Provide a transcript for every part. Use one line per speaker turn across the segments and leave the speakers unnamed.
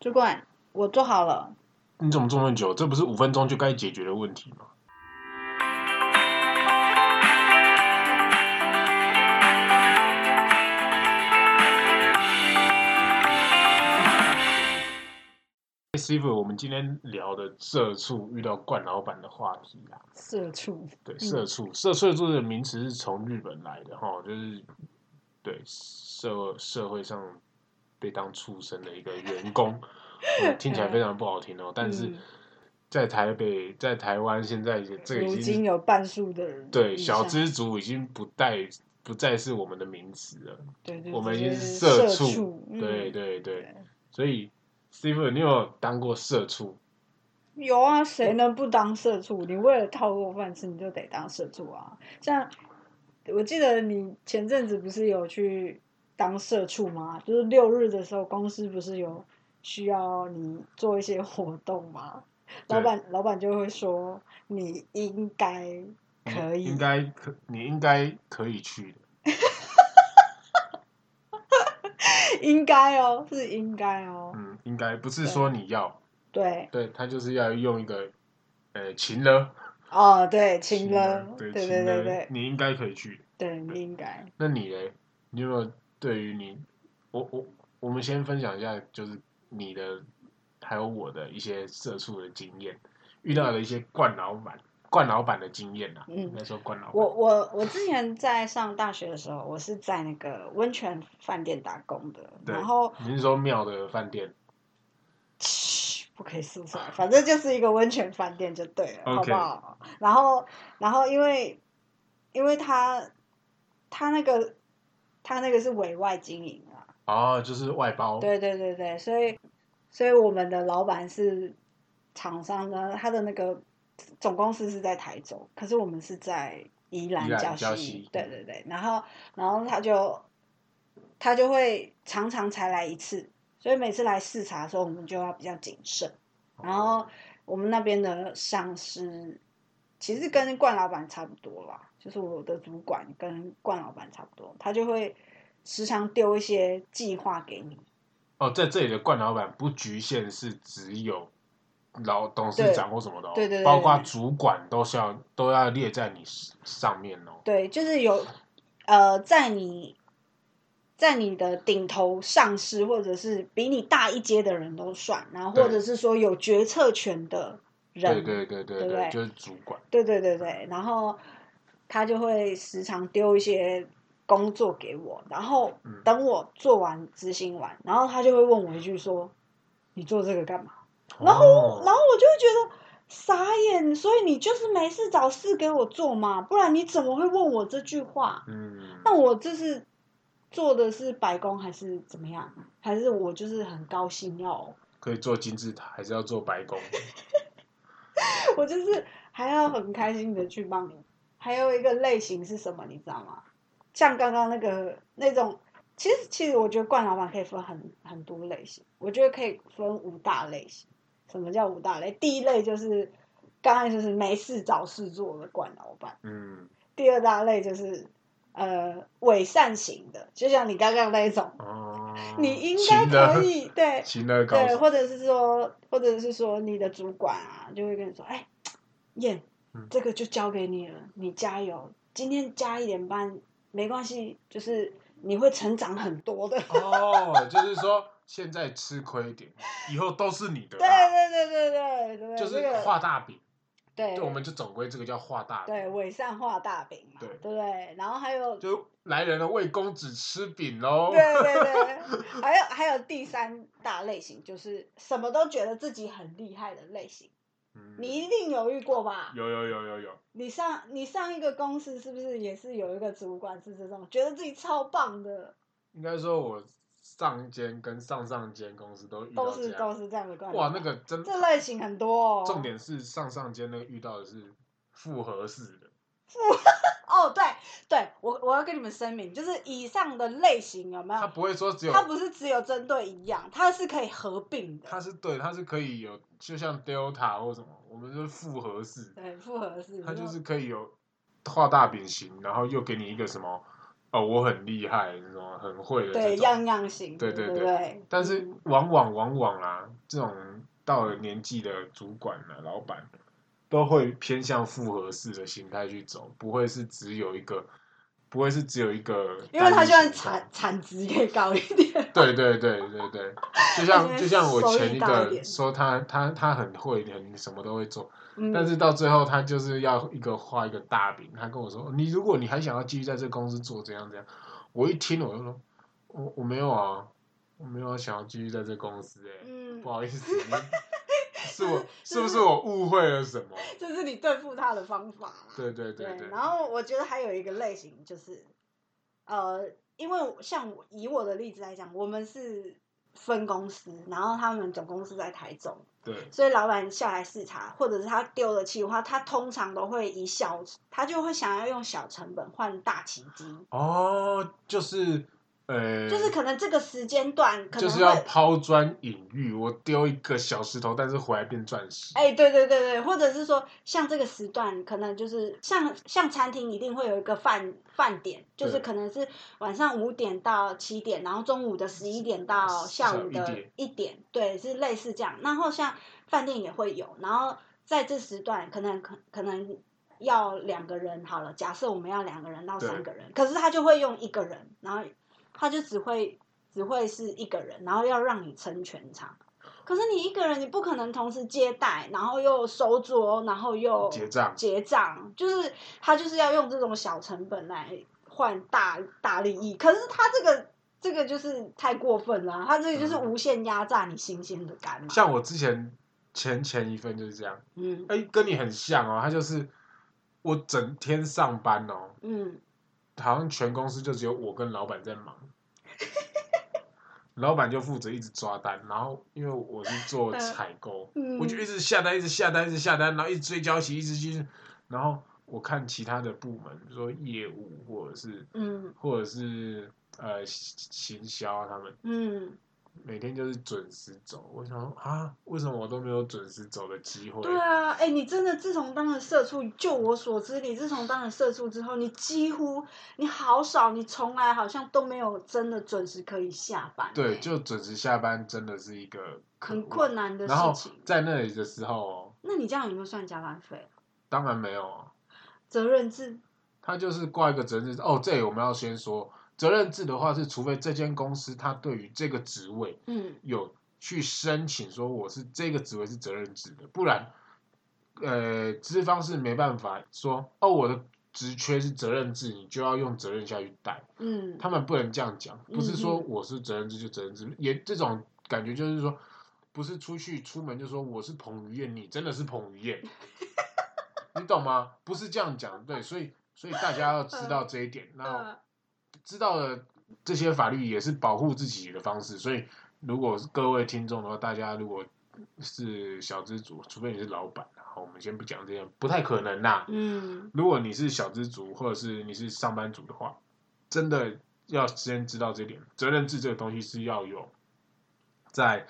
主管，我做好了。
你怎么这么久？这不是五分钟就该解决的问题吗？师哎傅，我们今天聊的社畜遇到冠老板的话题啊，
社畜，嗯
对，社畜，社社畜这个名词是从日本来的哈，就是对社社会上被当畜生的一个员工， 嗯听起来非常不好听哦，但是
嗯
在台北，在台湾现在也这个
如
已
今
经
有半数的人
对
以
小
上
资族已经不带不再是我们的名词了，
对对，
我们
对
已经
就是是
社畜
畜，嗯
对对对，所以 Steve，你有当过社畜？
有啊，谁能不当社畜？你为了套路饭吃，你就得当社畜啊。像我记得你前阵子不是有去当社畜吗？就是六日的时候，公司不是有需要你做一些活动吗？
对
老板老板就会说你应该可以
嗯应，该可，你应该可以去的。
应该哦，是应该哦，
嗯，应该不是说你要，
对，
对他就是要用一个，呃，情了，
哦对，请了，
对
对
情
对
了，
对对
你应该可以去的。
对，你应该，
那你嘞？你有没有对于你，我我我们先分享一下，就是你的还有我的一些社畜的经验，遇到的一些惯老板、惯老板的经验啊，
嗯
应该说惯老
我
板。
我我之前在上大学的时候，我是在那个温泉饭店打工的，
对
然后
你是说庙的饭店？
嘘不可以说出来，反正就是一个温泉饭店就对了
OK
好不好？然后然后因为因为他他那个他那个是委外经营啊，
哦，就是外包。
对对对对，所以所以我们的老板是厂商呢，他的那个总公司是在台州，可是我们是在宜兰
宜兰
礁
礁溪嗯
对对对，然后然后他就他就会常常才来一次，所以每次来视察的时候，我们就要比较谨慎。
哦
然后我们那边的上司其实跟冠老板差不多啦，就是我的主管跟冠老板差不多，他就会时常丢一些计划给你，
哦，在这里的冠老板不局限是只有老董事长或什么的、哦，
对对对对
包括主管都是要都要列在你上面哦。
对，就是有呃，在你在你的顶头上司或者是比你大一阶的人都算，然后或
对
者是说有决策权的人，
对对对对
对不对
就是主管。
对对对对，然后他就会时常丢一些工作给我，然后
嗯
等我做完执行完，然后他就会问我一句说：“你做这个干嘛？”然后
哦
然后我就会觉得傻眼，所以你就是没事找事给我做嘛，不然你怎么会问我这句话？
嗯，
那我这是做的是白工还是怎么样？还是我就是很高兴要，
可以做金字塔，还是要做白宫？
我就是还要很开心的去帮你。还有一个类型是什么，你知道吗？像刚刚那个那种，其实其实我觉得冠老板可以分很很多类型，我觉得可以分五大类型。什么叫五大类？第一类就是刚才就是没事找事做的冠老板。
嗯，
第二大类就是呃伪善型的，就像你刚刚那一种，
哦，
你应该可 以对
行了，高
对，或者是说，或者是说你的主管啊，就会跟你说，哎，燕
嗯，
这个就交给你了，你加油，今天加一点班没关系，就是你会成长很多 的。
哦，就是说现在吃亏一点，以后都是你的
对
啦，
对对对对对，
就
这
是
个
画大饼。
对
对，我们就总归这个叫画大饼，
对伪善画大饼嘛，
对
对不对？然后还有
就哦来人了，为公子吃饼喽。
对对对，还有还有第三大类型，就是什么都觉得自己很厉害的类型，
嗯
你一定有遇过吧？
有有有有有，
你上你上一个公司是不是也是有一个主管是这种，觉得自己超棒的，
应该说我上间跟上上间公司都遇到
都
这
是
样
都是这样的关系。
啊哇，那个真
这类型很多、哦。
重点是上上间那个遇到的是复合式的，
哦，对对，我我要跟你们声明，就是以上的类型有没
他
有？
不会说只有
它不是只有针对一样，它是可以合并的。
它是对，它是可以有，就像 Delta 或什么，我们是复合式，
对，复合式。
它就
你
是
说
可以有画大饼型，然后又给你一个什么哦，我很厉害，这种很会的这
对，
种。
样样行，
对
对
对
不
对但是往往往往啦，这种到了年纪的主管啊、老板，都会偏向复合式的形态去走，不会是只有一个，不会是只有一个单一形态，
因为他希望产产值可以高一点，
对对对对对，就
而
像
且
就像我
收益
前一
大一
个
点
说他他他很会，很什么都会做， 但
嗯，
是到最后他就是要一个画一个大饼。他跟我说：“你如果你还想要继续在这个公司做怎样怎样。”我一听我就说：“我我没有啊，我没有想要继续在这公司、欸。”
嗯
不好意 思，你是我是不是我误会了什么？
这是你对付他的方法啦。
对对对对，
然后我觉得还有一个类型就是，呃，因为像我以我的例子来讲，我们是分公司，然后他们总公司在台中，
对
所以老板下来视察，或者是他丢了企划，他通常都会以小，他就会想要用小成本换大奇迹，
哦，就是呃，
就是可能这个时间段可
就
能
是
会
要。抛砖引玉，我丢一个小石头，但是回来变钻石。
哎、对对对对，或者是说，像这个时段，可能就是像像餐厅一定会有一个饭饭点，就是
对
可能是晚上五点到七点，然后中午的十一点到下午
下
的
午一点
一点，对，是类似这样。然后像饭店也会有，然后在这时段可能可可能要两个人好了，假设我们要两个人到
对
三个人，可是他就会用一个人，然后他就只会只会是一个人，然后要让你撑全场。可是你一个人，你不可能同时接待，然后又收桌，然后又
结账
结账，就是他就是要用这种小成本来换大大利益。可是他这个这个就是太过分了啊、他这个就是
嗯
无限压榨你新鲜的肝嘛。
像我之前前前一份就是这样，
嗯
哎、跟你很像哦，他就是我整天上班哦，
嗯，
好像全公司就只有我跟老板在忙，老板就负责一直抓单，然后因为我是做
嗯
采购，
嗯
我就一直下单，一直下单，一直下单，然后一直追交期，一直去，然后我看其他的部门，比如说业务或者是
嗯
或者是呃行行销啊，他们
嗯，
每天就是准时走，我想说啊，为什么我都没有准时走的机会？
对啊，哎、你真的自从当了社畜，就我所知，你自从当了社畜之后，你几乎你好少，你从来好像都没有真的准时可以下班、欸
对，就准时下班真的是一个可
很
恶
困难的
然后
事情。
在那里的时候哦，
那你这样有没有算加班费？
当然没有啊，
责任制，
他就是挂一个责任制。哦，这里我们要先说，责任制的话是，除非这间公司它对于这个职位
嗯
有去申请说我是这个职位是责任制的，不然，呃，资方是没办法说哦我的职缺是责任制，你就要用责任下去带。
嗯
他们不能这样讲，不是说
嗯嗯
我是责任制就责任制，也这种感觉就是说，不是出去出门就说我是彭于晏，你真的是彭于晏，你懂吗？不是这样讲，对，所以所以大家要知道这一点，那
呃
知道了这些法律也是保护自己的方式，所以如果是各位听众的话，大家如果是小资主，除非你是老板，啊好，我们先不讲这样，不太可能啦、
嗯
如果你是小资族或者是你是上班族的话，真的要先知道这点，责任制这个东西是要有在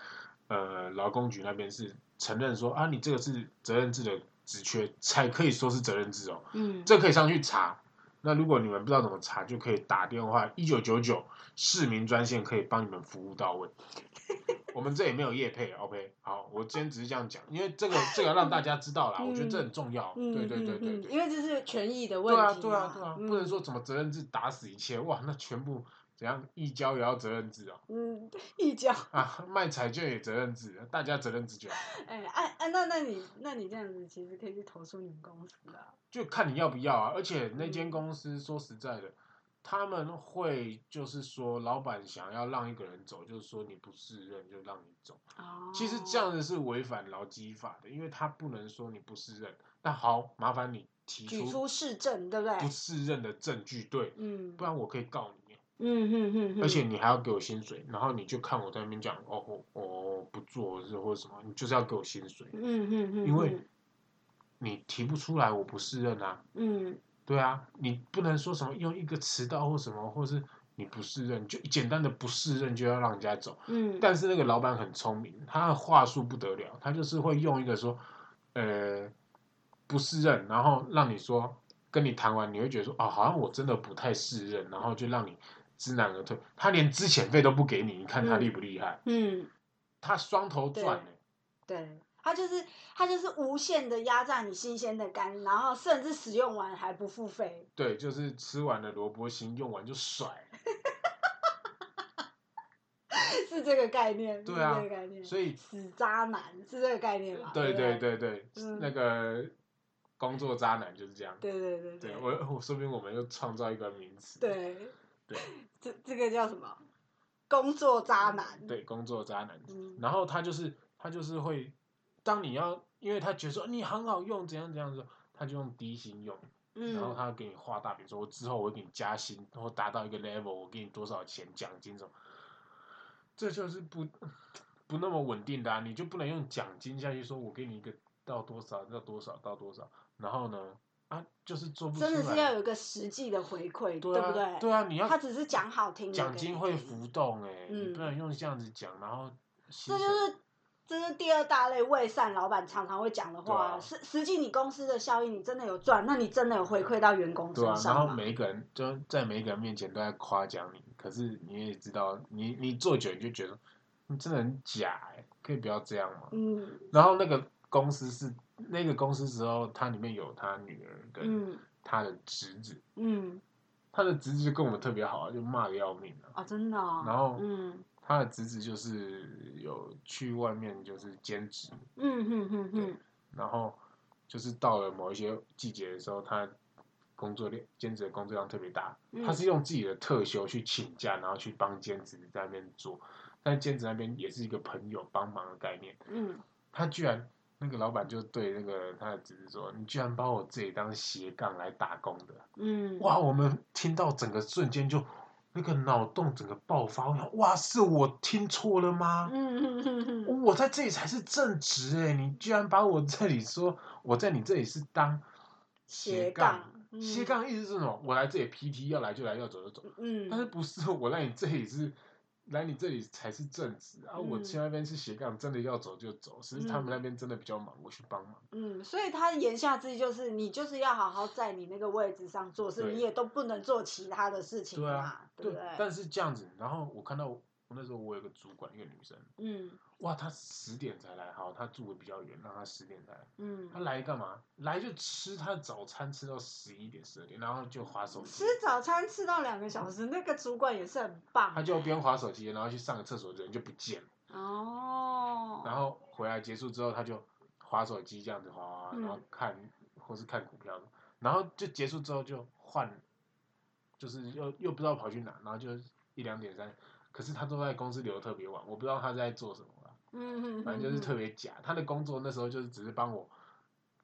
呃劳工局那边是承认说啊，你这个是责任制的职缺，才可以说是责任制哦，
嗯，
这可以上去查。那如果你们不知道怎么查，就可以打电话一九九九市民专线，可以帮你们服务 到位。我们这也没有业配，OK？好，我今天只是这样讲，因为 这个这个让大家知道啦，我觉得这很重要。
嗯
对对对对对
嗯嗯因为这是权益的问
对
题
啊，
嘛
对啊，对啊，不能
嗯
说什么责任制打死一切，哇，那全部怎样一交也要责任制哦，
嗯，一交，
啊，卖彩券也责任制，大家责任哦制就好，
哎，哎哎，那那你那你这样子其实可以去投诉你们公司啊，
就看你要不要啊。而且那间
嗯
公司说实在的，他们会就是说，老板想要让一个人走，就是说你不适任就让你走。
哦，
其实这样子是违反劳基法的，因为他不能说你不适任。那好，麻烦你提
举
出
出市政，对不对？
不适任的证据，对，
嗯
不然我可以告你。啊
嗯嗯嗯，
而且你还要给我薪水，然后你就看我在那边讲哦我我不做是或者什么，你就是要给我薪水，
嗯嗯嗯，
因为你提不出来我不适任啊，
嗯
对啊，你不能说什么用一个迟到或什么，或是你不适任，就简单的不适任就要让人家走。
嗯，
但是那个老板很聪明，他的话术不得了，他就是会用一个说，呃，不适任，然后让你说跟你谈完，你会觉得说，哦，好像我真的不太适任，然后就让你知难而退。他连资遣费都不给你，你看他
嗯
厉不厉害？
嗯，
他双头赚、欸，
对，他就是他就是无限的压榨你新鲜的肝，然后甚至使用完还不付费。
对，就是吃完了萝卜心，用完就甩。
是这个概念，
对啊
是这个概念，
所以，
死渣男是这个概念吧？
对
啊对
对
不对
对对，
嗯
那个工作渣男就是这样。
对对对
对
对
我，我 说不定我们又创造一个名词。
对
对
这这个叫什么？工作渣男，
对，工作渣男。
嗯，
然后他就是他就是会，当你要，因为他觉得说你很好用，怎样怎样的时候，他就用低薪用，
嗯
然后他给你画大饼，说我之后我会给你加薪，然后达到一个 level，我给你多少钱奖金什么，这就是不不那么稳定的啊，你就不能用奖金下去说我给你一个到多少到多少到多少，然后呢啊就是做不出来，
真的是要有一个实际的回馈，
对啊
不对？
对啊，你要
他只是讲好听的，
奖金会浮。动哎、
嗯
你不能用这样子讲，然后这
这就是，这是第二大类伪善老板常常会讲的
对
话。
啊
实、实际你公司的效益，你真的有赚，那你真的有回馈到员工
对啊
身，
然
上
后
吗？
每一个人就在每一个人面前都在夸奖你，可是你也知道，你你做久你就觉得你真的很假哎、可以不要这样吗？
嗯
然后那个公司是那个公司之后，它里面有他女儿跟
嗯
他的侄子，
嗯，
他的侄子就跟我们特别好啊，就骂的要命啊。
啊、真的、哦。
然后
嗯
他的侄子就是有去外面就是兼职，
嗯哼哼哼，
然后就是到了某一些季节的时候，他工作量兼职的工作量特别大，
嗯
他是用自己的特休去请假，然后去帮兼职在那边做，但兼职那边也是一个朋友帮忙的概念，
嗯，
他居然。那个老板就对那个他的侄子说：“你居然把我自己当斜杠来打工的，
嗯，
哇！”我们听到整个瞬间就那个脑洞整个爆发，我想哇，是我听错了吗？
嗯，嗯哼哼哼，
我在这里才是正职哎、你居然把我这里说我在你这里是当
斜
杠，
杠，嗯
斜，杠意思是什么？我来这里 PT 要来就来，要走就走，
嗯，
但是不是我来你这里是来你这里才是正职啊？
嗯
我去那边是斜杠，真的要走就走，只是他们
嗯
那边真的比较忙，我去帮忙。
嗯，所以他言下之意就是，你就是要好好在你那个位置上做事，
对
你也都不能做其他的事情
对啊
嘛，对不对？
但是这样子，然后我看到我我那时候我有个主管，一个女生，
嗯
哇，她十点才来，好，她住的比较远，让她十点才来。他
嗯，
来干嘛？来就吃他的早餐，吃到十一点、十二点，然后就划手机
吃，早餐吃到两个小时，那个主管也是很棒
他就边划手机，然后去上个厕所，人就不见了。然
哦。
后回来结束之后，他就划手机这样子划划，划，
嗯
然后看或是看股票，然后就结束之后就换，就是又又不知道跑去哪，然后就一两点三，可是他都在公司留得特别晚，我不知道他在做什么啊
嗯嗯，
反正就是特
别
别假。他的工作那时候就是只是帮我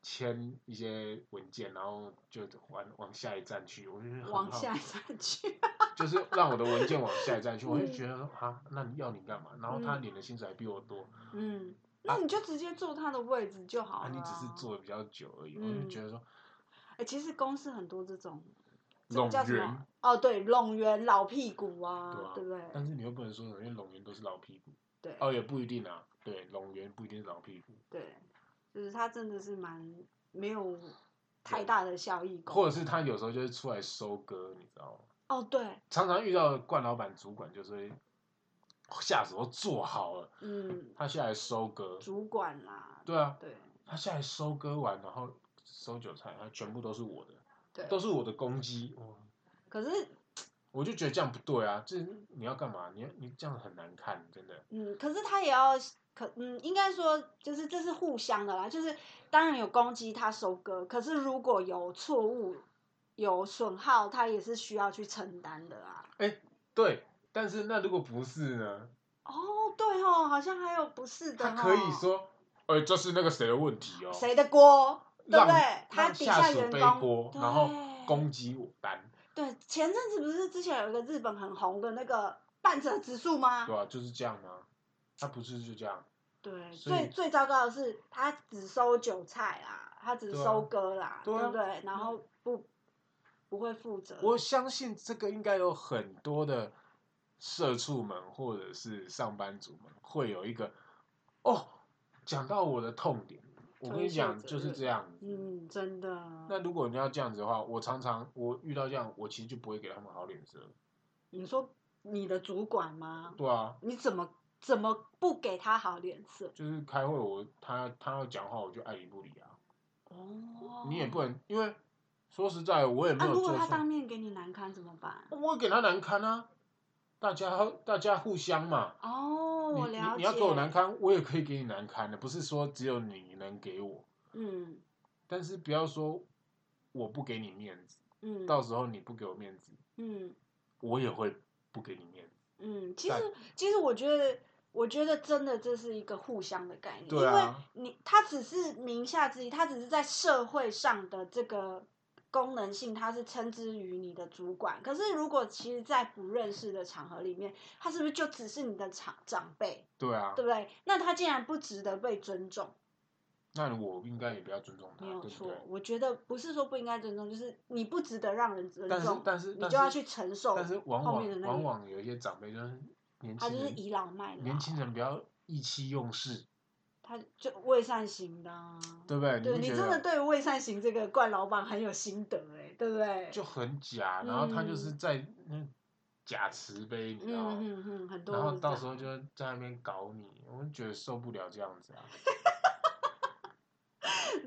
签一些文件，然后就往往下一站去。我就觉得很
往
好
下再去。
就是让我的文件往下一站去，我就
嗯
觉得说啊，那你要你干嘛？然后他
嗯
领的薪水还比我多，
嗯，那你就直接坐他的位置就好
啊，
了。
你只是。做的比较久而已。我
嗯
就觉得说，
哎，其实公司很多这种，这
冗
叫什
员
么？哦，对，拢员老屁股
对啊
啊，对不对？
但是你又不能说什么，因为龙源都是老屁股，
对。
哦，也不一定啊。对，龙源不一定是老屁股，
对，就是他真的是蛮没有太大的效益
或者
功。
是他有时候就是出来收割，你知道吗？
哦，对，
常常遇到的冠老板、主管就是会下手做好了，
嗯，
他下来收割，
主管啦，
对啊，
对
他下来收割完，然后收韭菜，他全部都是我的，
对，
都是我的公鸡，哇
可是，
我就觉得这样不对啊！这你要干嘛？你要你这样很难看，真的。
嗯，可是他也要。可嗯，应该说就是这是互相的啦，就是当然有攻击他收割，可是如果有错误、有损耗，他也是需要去承担的啊。
对，但是那如果不是呢？
哦，对哦，好像还有不是的、哦，
他可以说，哎、这是那个谁的问题哦，
谁的锅，对
让
不对？他
让
底
下
下
属
员
背
工
锅，，然后
对
攻击我单，
对，前阵子不是之前有一个日本很红的那个半泽直树吗
对？吧、就是这样吗？他不是就这样，
对，
所以
最最糟糕的是他只收韭菜啦，他只
对啊
收割啦，
对啊
不对？然后不不会负责。
我相信这个应该有很多的社畜们或者是上班族们会有一个哦，讲到我的痛点，我跟你
推
讲
卸责任
就是这样。
嗯，真的。
那如果你要这样子的话，我常常我遇到这样，我其实就不会给他们好脸色。
你说你的主管吗？
对啊，
你怎么怎么不给他好脸色？
就是开会我他他要讲话，我就爱理不理啊。
哦，
你也不能，因为说实在，我也没
啊，
有
如
做
果
错，
他当面给你难堪怎么办？
我会给他难堪啊。大家大家互相嘛，
哦，我
你
了解。
你你要给我难堪，我也可以给你难堪的，不是说只有你能给我，
嗯
但是不要说我不给你面子，
嗯，
到时候你不给我面子，
嗯
我也会不给你面子。
嗯，其
在
实其实我觉得。我觉得真的这是一个互相的概念，
对啊
因为你他只是名下之一，他只是在社会上的这个功能性，他是称之于你的主管。可是如果其实，在不认识的场合里面，他是不是就只是你的长长辈？
对啊，
对不对？那他竟然不值得被尊重，
那我应该也不要尊重他，
没有
对不
错。
对？
我觉得不是说不应该尊重，就是你不值得让人尊
但是
重，
但是
你
但
就要
是
去承受。
但是往
后面的
往
那
往
个
往有一些长辈就是年
他
轻
就是
人，
倚老啊卖老，
年轻人不要意气用事，
他就未善行的、啊。
对不对？
对
你
你
不觉
真
得
的对未善行这个冠老板很有心得哎、对不对？
就很假，然后他就是
嗯
在那假慈悲，你知道吗？
嗯嗯嗯，很多
啊然
都是这
后到
样。
时候就在那边搞你，我就觉得受不了这样子啊，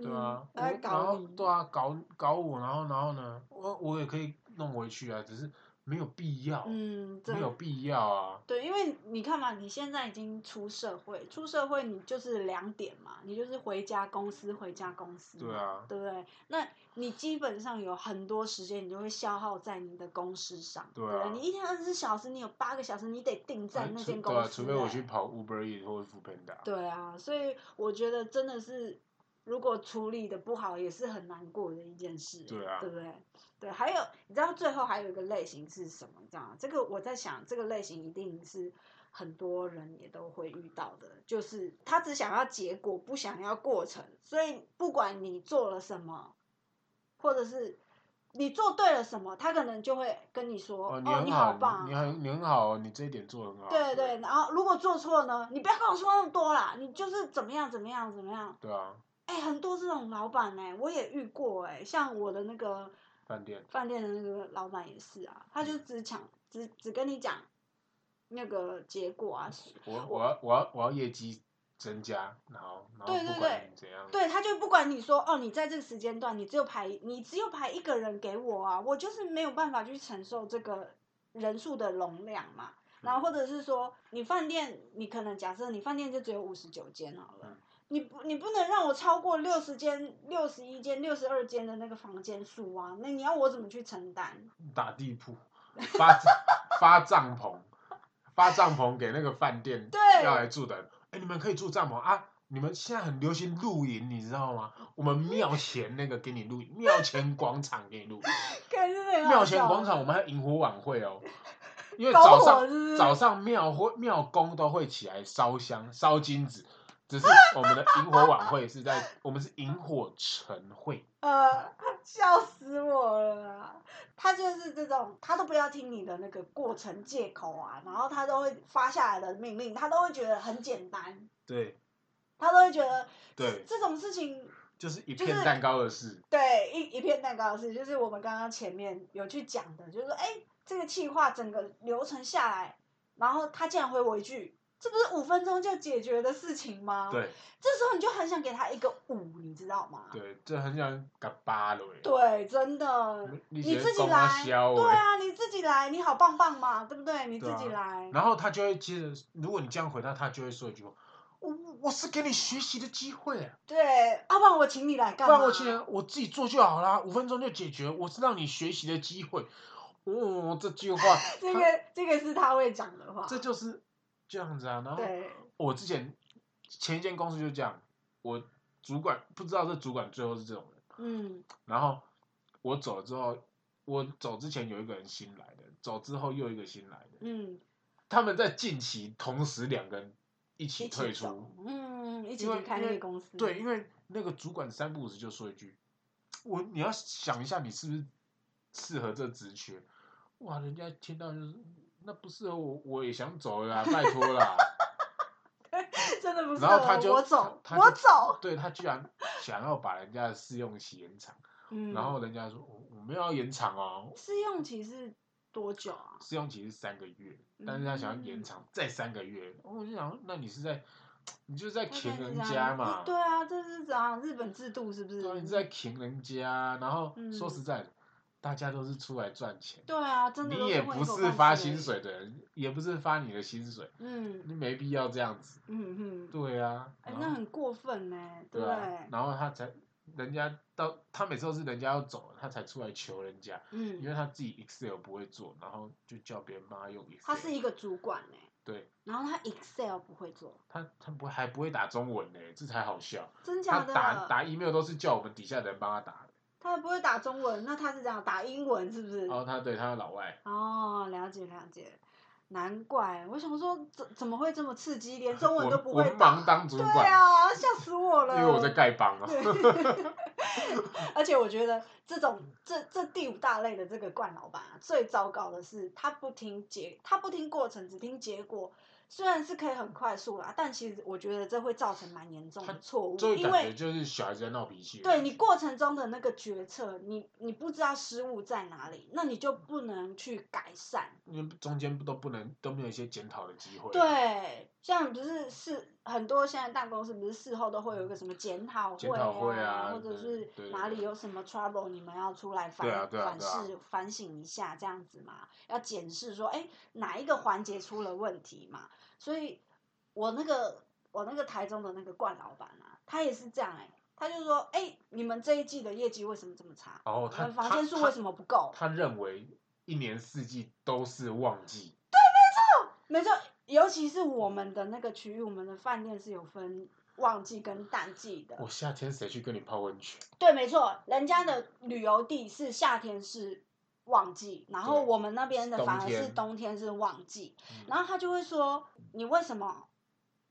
对啊，
嗯、来
我然
搞
后
你，
对啊，搞搞我，然后然后呢，我我也可以弄回去啊，只是没有必要，
嗯，真
没
的
有必要啊，
对，因为你看嘛，你现在已经出社会，出社会你就是两点嘛，你就是回家公司，回家公司嘛，
对啊
对不对？那你基本上有很多时间，你就会消耗在你的公司上，
对啊
不你一天二十四小时，你有八个小时，你得定在那
除
间公
对啊，
司、
除非我
欸
去跑 Uber E 或者 f o o p a n d a
对啊，所以我觉得真的是，如果处理的不好，也是很难过的一件事。欸
对啊
对不对？对，还有你知道最后还有一个类型是什么？你知道吗？这个我在想，这个类型一定是很多人也都会遇到的，就是他只想要结果，不想要过程，所以不管你做了什么，或者是。你做对了什么，他可能就会跟你说：“哦，
你很
好
好，
棒，
你你很你很好，你这一点做得很好，
对对，然后如果做错呢，你不要跟我说那么多啦，你就是怎么样怎么样怎么样。
对啊，
哎，很多这种老板呢、我也遇过哎、像我的那个
饭店
饭店的那个老板也是啊，他就只讲只只跟你讲那个结果啊，
我我要我要我要业绩增加，然后然后
对对
不管
对
你怎样，
对，他就不管你说哦，你在这个时间段，你只有排你只有排一个人给我啊，我就是没有办法去承受这个人数的容量嘛。
嗯
然后或者是说，你饭店，你可能假设你饭店就只有五十九间好了
嗯，
你不你不能让我超过六十间、六十一间、六十二间的那个房间数啊，那你要我怎么去承担？
打地铺，发发帐篷，发帐篷给那个饭店
对
要来住的人。哎，你们可以住帐篷啊！你们现在很流行露营，你知道吗？我们庙前那个给你露营，庙前广场给你露营，
看真的很好
庙前
笑
广场我们还有萤火晚 会哦。因为
搞
早
火
上
是不是
早上庙会庙公都会起来烧香烧金纸，只 是我们的萤火晚会是在我们是萤火晨会，
呃，笑死我了啦！他就是这种，他都不要听你的那个过程借口啊，然后他都会发下来的命令，他都会觉得很简单，
对
他都会觉得
对，
这种事情，
就是一
就
片
是
蛋糕的事。
对一一片蛋糕的事，就是我们刚刚前面有去讲的，就是说，哎，这个计划整个流程下来，然后他竟然回我一句。这不是五分钟就解决的事情吗？，
对
这时候你就很想给他一个五，你知道吗？
对，这很像嘎巴了耶。欸
对，真的。你
你你
自己
讲
来
啊，笑
对
哎。
啊，你自己来，你好棒棒嘛，对不对？你自
对啊
己来，
然后他就会接着，如果你这样回答，他就会说一句话：“我我是给你学习的机会啊，
对，要、不然我请你来
不
干嘛？，
然我既然我自己做就好啦，五分钟就解决，我是让你学习的机会。”哦，这句话
这
他
个这个是他会讲的话，
这就是这样子啊。然后
对，
我之前前一间公司就这样，我主管不知道这主管最后是这种人。
嗯
然后我走之后，我走之前有一个人新来的，走之后又一个新来的，
嗯，
他们在近期同时两个人一
一
起
起
退
走
出。，
嗯，一起
因为
去开
因
那
为
个公司，
对，因为那个主管三不五时就说一句：“我你要想一下，你是不是适合这职缺？”哇，人家啊 听到就是那不适合我，我也想走了啦，拜托啦。
真的不适
然后他
合
就
我，我走，
他
我
就
走。
对他居然想要把人家的试用期延长，
嗯，
然后人家说我我没有要延长哦，
试用期是多久啊？
试用期是三个月，
嗯
但是他想要延长再三个月，我就想说那你是在你就是在
那
请
这
人
样
家嘛，
嗯对啊，这是怎样？日本制度是不是？
对啊，你是在请人家，然后
嗯
说实在的，大家都是出来赚钱。
对啊，真的
你也不
是
是发薪，水的人，也不是发你的薪水，
嗯
你没必要这样子。
嗯嗯，
对啊，
哎、
然后
那很过分呢、对
对啊，然后他才人家到他每次都是人家要走了，他才出来求人家，因
嗯，
为他自己 Excel 不会做，然后就叫别人帮他用 Excel。
他是一个主管呢、
对
然后他 Excel 不会做，
他他不还不会打中文呢，这才好笑。
真
他
假的？
打打 email 都是叫我们底下的人帮他打的，
他不会打中文，那他是这样打英文是不是？
然后他对他的老外，
哦，了解了解，难怪我想说怎怎么会这么刺激，连中
我
文都不
我
会
们忙
打。
当主
对
管，
啊，吓死我了！
因为我在丐帮啊。
而且我觉得这种这这第五大类的这个惯老板啊，最糟糕的是他不听结，他不听过程，只听结果。虽然是可以很快速啦，但其实我觉得这会造成蛮严重的
他
错误，
就
因
感觉
为
就是小孩子在闹脾气。啊
对你过程中的那个决策，你你不知道失误在哪里，那你就不能去改善。
因为中间都不能都没有一些检讨的机会。，
对，像不是事很多现在大公司不是事后都会有一个什么检讨
检讨
会
会啊
或者
对
是
对
哪里
对
有什么 trouble，你们要出来反、
对啊对啊
反
对啊
思反省一下这样子嘛，要检视说，哎，哪一个环节出了问题嘛？所以我那个我那个台中的那个冠老板啊，他也是这样哎、他就说，哎，你们这一季的业绩为什么这么差？
然后
你
哦他
呃们房间数为什
么
么不够？
他认为一年四季都是旺季，
没错，尤其是我们的那个区域，我们的饭店是有分旺季跟淡季的。
我夏天谁去跟你泡温泉？
对，没错，人家的旅游地是夏天是旺季，然后
对
我们那边的
冬
反而是
天
冬天是旺季。
嗯
然后他就会说：“你为什么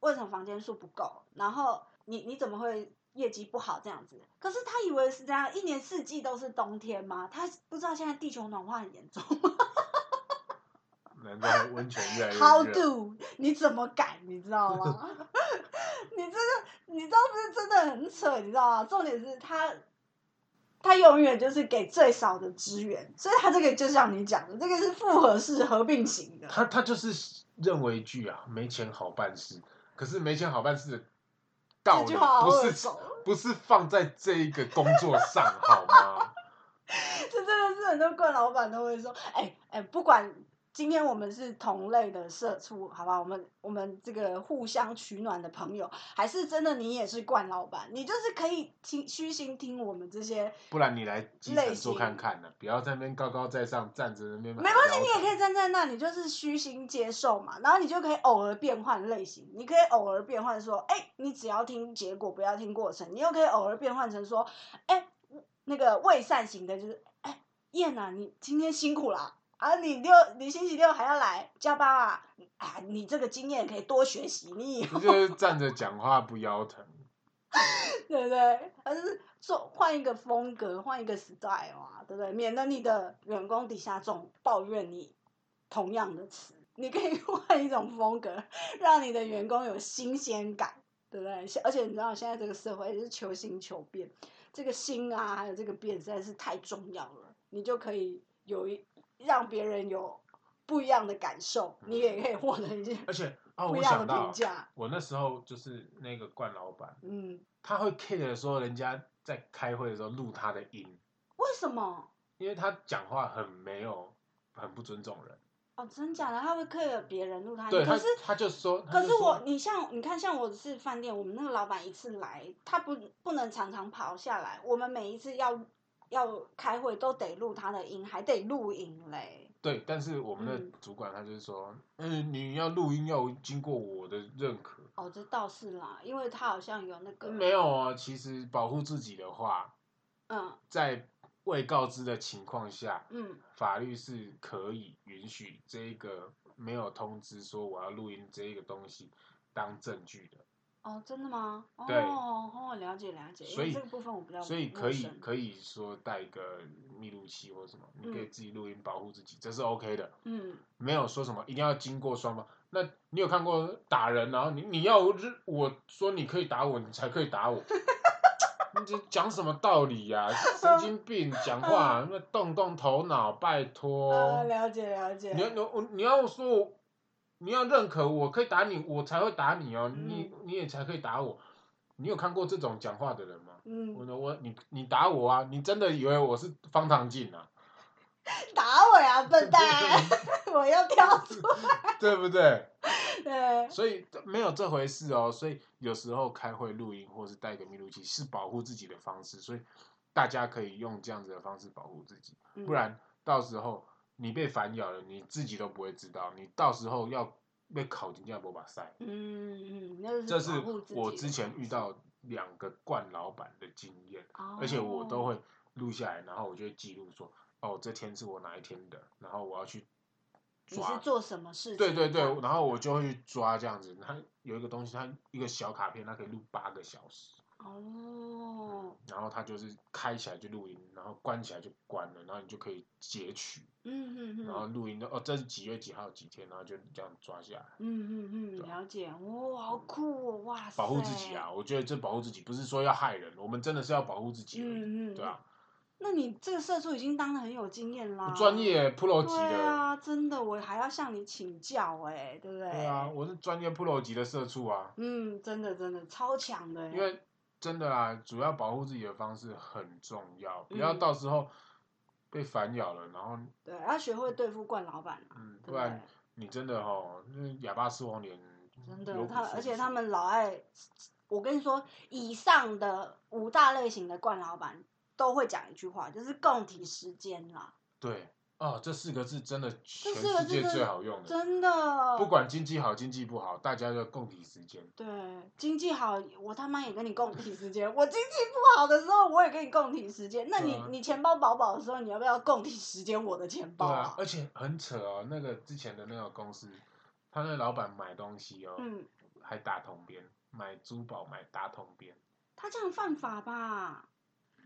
为什么房间数不够？然后你你怎么会业绩不好这样子？”可是他以为是这样，一年四季都是冬天吗？他不知道现在地球暖化很严重。
难怪温泉越来
How
越热。
do？你怎么改？你知道吗？ 你这个，你知道不是真的很扯，你知道吗？重点是他，他永远就是给最少的资源，所以他这个就像你讲的，这个是复合式合并型的。
他他就是认为一句啊，没钱好办事。可是没钱好办事的道
这
理
句话好
不
耳
是
熟，
不是放在这一个工作 上好吗？
这真的是很多惯老板都会说，哎、哎、不管。今天我们是同类的社畜，好吧？我们我们这个互相取暖的朋友，还是真的你也是惯老板，你就是可以听虚心听我们这些
不然你来基
类
层
型
做看看呢、不要在那边高高在上站着那边。
没关系，你也可以站在那里，就是虚心接受嘛，然后你就可以偶尔变换类型，你可以偶尔变换说，哎、你只要听结果，不要听过程，你又可以偶尔变换成说，哎、那个未善型的，就是，哎、燕啊，你今天辛苦啦，啊，你六你星期六还要来加班啊，啊，你这个经验可以多学习，你以后
你就是站着讲话不腰疼。
对不对？而是做换一个风格，换一个 style 啊，对不对？免得你的员工底下总抱怨你同样的词，你可以 换一种风格，让你的员工有新鲜感，对不对？而且你知道现在这个社会是求新求变，这个新啊，还有这个变实在是太重要了，你就可以有一让别人有不一样的感受，你也可以获得一些
而且哦，
不一
我
样
想
的评
到
价。
我那时候就是那个冠老板，
嗯，
他会 care 说人家在开会的时候录他的音，
为什么？
因为他讲话很没有，很不尊重人。
哦，真假的，他会 care 别人录他音，
对
啊可
他
是，
他就说，他
可
就是
我
说，
你像你看，像我是饭店，我们那个老板一次来，他不不能常常跑下来，我们每一次要要开会都得录他的音，还得录影嘞。
对，但是我们
嗯
的主管他就是说，嗯，你要录音要经过我的认可。
哦，这倒是啦，因为他好像有那个，
没有啊，其实保护自己的话，
嗯
在未告知的情况下，
嗯
法律是可以允许这一个没有通知说我要录音这一个东西当证据的，
哦，真的吗？哦
对
哦，了解了解，因
所
为
以
这个部分我比较
所以
陌
可以
生
可以说带一个密录器或什么，你可以
嗯
自己录音保护自己，这是 OK 的，
嗯
没有说什么一定要经过双方，那你有看过打人，然后你你要我日我说你可以打我，你才可以 打我，你这讲什么道理呀、神经病 讲话，那动动头脑，拜托。
啊，了解了解
哦你。要你要我你要说我，你要认可我可以打你，我才会打你哦，
嗯
你你也才可以打我。你有看过这种讲话的人吗？我
嗯，
说我你你打我啊！你真的以为我是方唐镜啊？
打我呀，笨蛋！我要跳出。
对不对？
对，
所以没有这回事哦。所以有时候开会录音或是带个密录器是保护自己的方式，所以大家可以用这样子的方式保护自己，
嗯
不然到时候你被反咬了，你自己都不会知道，你到时候要被考进加坡把塞。
嗯嗯，那是
这是
保护自己
我
的
之前遇到两个惯老板的经验，
哦
而且我都会录下来，然后我就会记录说，哦，这天是我哪一天的，然后我要去
你
抓
是，做什么事情？
对对对，然后我就会去抓这样子。它有一个东西，它一个小卡片，它可以录八个小时，
哦，
然后它就是开起来就录音，然后关起来就关了，然后你就可以截取，
嗯嗯
然后
嗯
录音的哦，这是几月几号几天，然后就这样抓下来。
嗯嗯嗯，
对啊
了解，哇，好酷哦，哇塞，
保护自己啊！！我觉得这保护自己不是说要害人，我们真的是要保护自己而已，
嗯嗯，
对啊。
那你这个社畜已经当的很有经验啦，
专业 pro 级
嗯对
的，
啊，真的，我还要向你请教哎、对不对？
对啊，我是专业 pro 级的社畜啊，
嗯，真的真的超强的欸、
因为真的啊，主要保护自己的方式很重要，不要
嗯
到时候被反咬了，然后
对要学会对付惯老板啊，
嗯，
对
不
不对
然？你真的哦，那哑巴吃黄连，
真
有
的，
苦
他
说
而且
不
他
出
们老爱，我跟你说，以上的五大类型的惯老板都会讲一句话，就是共体时间啦，
对哦，这四个字真的全
四个
世
字
界
真
最
的
好用的，
真的。
不管经济好经济不好，大家要共体时间，
对经济好，我他妈也跟你共体时间；我经济不好的时候，我也跟你共体时间。那你、
对啊
你钱包饱饱的时候，你要不要共体时间我的钱包
对啊，？而且很扯哦，那个之前的那个公司，他那老板买东西哦，
嗯，
还打桶边，买珠宝买打桶边，
他这样犯法吧？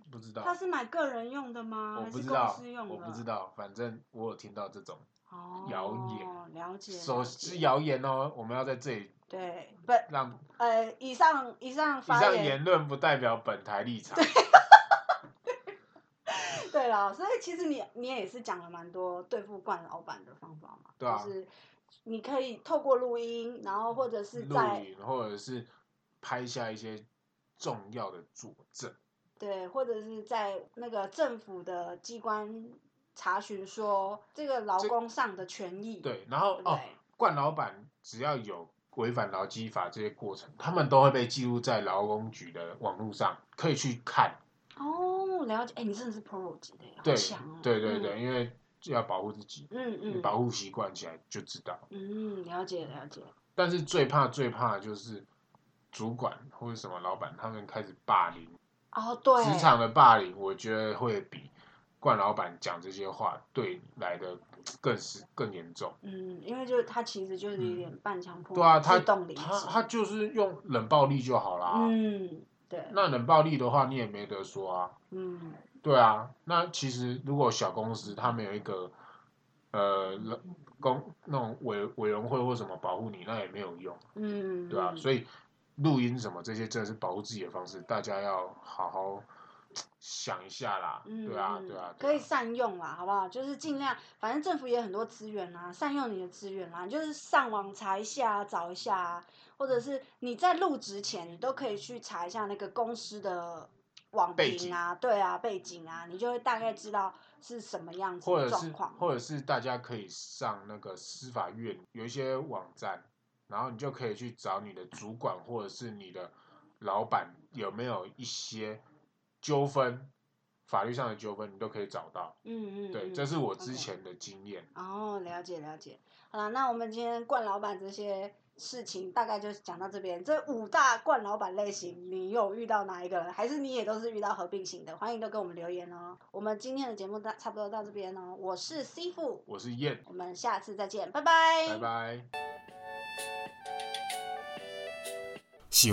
不知道，
他是买个人用的吗？
啊我
还
不
是
知
公
道
司用，的？啊
我不知道，反正我有听到这种
哦，
谣言
了解。
所
了
是
解
谣言哦，我们要在这里
对，本
让
呃，以上以上
以
发
上
言，
言论不代表本台立场，
对啦，所以其实你你也是讲了蛮多对付惯老板的方法嘛，
对啊
就是你可以透过录音，然后或者是
录
在
影或者是拍下一些重要的佐证，
对，或者是在那个政府的机关查询说这个劳
这
工上的权益，
对，然后
对不
哦，
对？
冠老板只要有违反劳基法这些过程，他们都会被记录在劳工局的网络上，可以去看。
哦，了解，哎，你真的是 pro 级的耶，好
对
强哦，
对对对，因为要保护自己，
嗯，
你
嗯嗯
保护习惯起来就知道。
嗯，了解了解，
但是最怕最怕的就是主管或者什么老板，他们开始霸凌，
哦，对，
职场的霸凌，我觉得会比冠老板讲这些话对你来的更是更严重。
嗯，因为就是他其实就是有
嗯
点半强迫，
对啊，他
自动离职，
他他就是用冷暴力就好啦。
嗯，对，
那冷暴力的话，你也没得说啊。
嗯
对啊，那其实如果小公司他们有一个呃人公那种委委员会或什么保护你，那也没有用，
嗯，
对啊，
嗯
所以录音什么这些，真的是保护自己的方式，大家要好好想一下啦。
嗯，
对啊，
嗯
对啊，
可
对
以
啊
善用啦，好不好？就是尽量，反正政府也很多资源啦，善用你的资源啦，你就是上网查一下啊，找一下啊，或者是你在入职前，你都可以去查一下那个公司的网
背
评啊，对啊，背景啊，你就会大概知道是什么样子
或
的
者
状
是
况。
或者是大家可以上那个司法院有一些网站，然后你就可以去找你的主管或者是你的老板有没有一些纠纷，法律上的纠纷你都可以找到。
嗯嗯，
对，
嗯
这是我之
OK
前的经验。
哦，了解了解。好了，那我们今天冠老板这些事情大概就讲到这边。这五大冠老板类型，你有遇到哪一个人？还是你也都是遇到合并型的？欢迎都跟我们留言哦。我们今天的节目到差不多到这边哦。我是 C 父，
我是燕，
我们下次再见，拜
拜拜。喜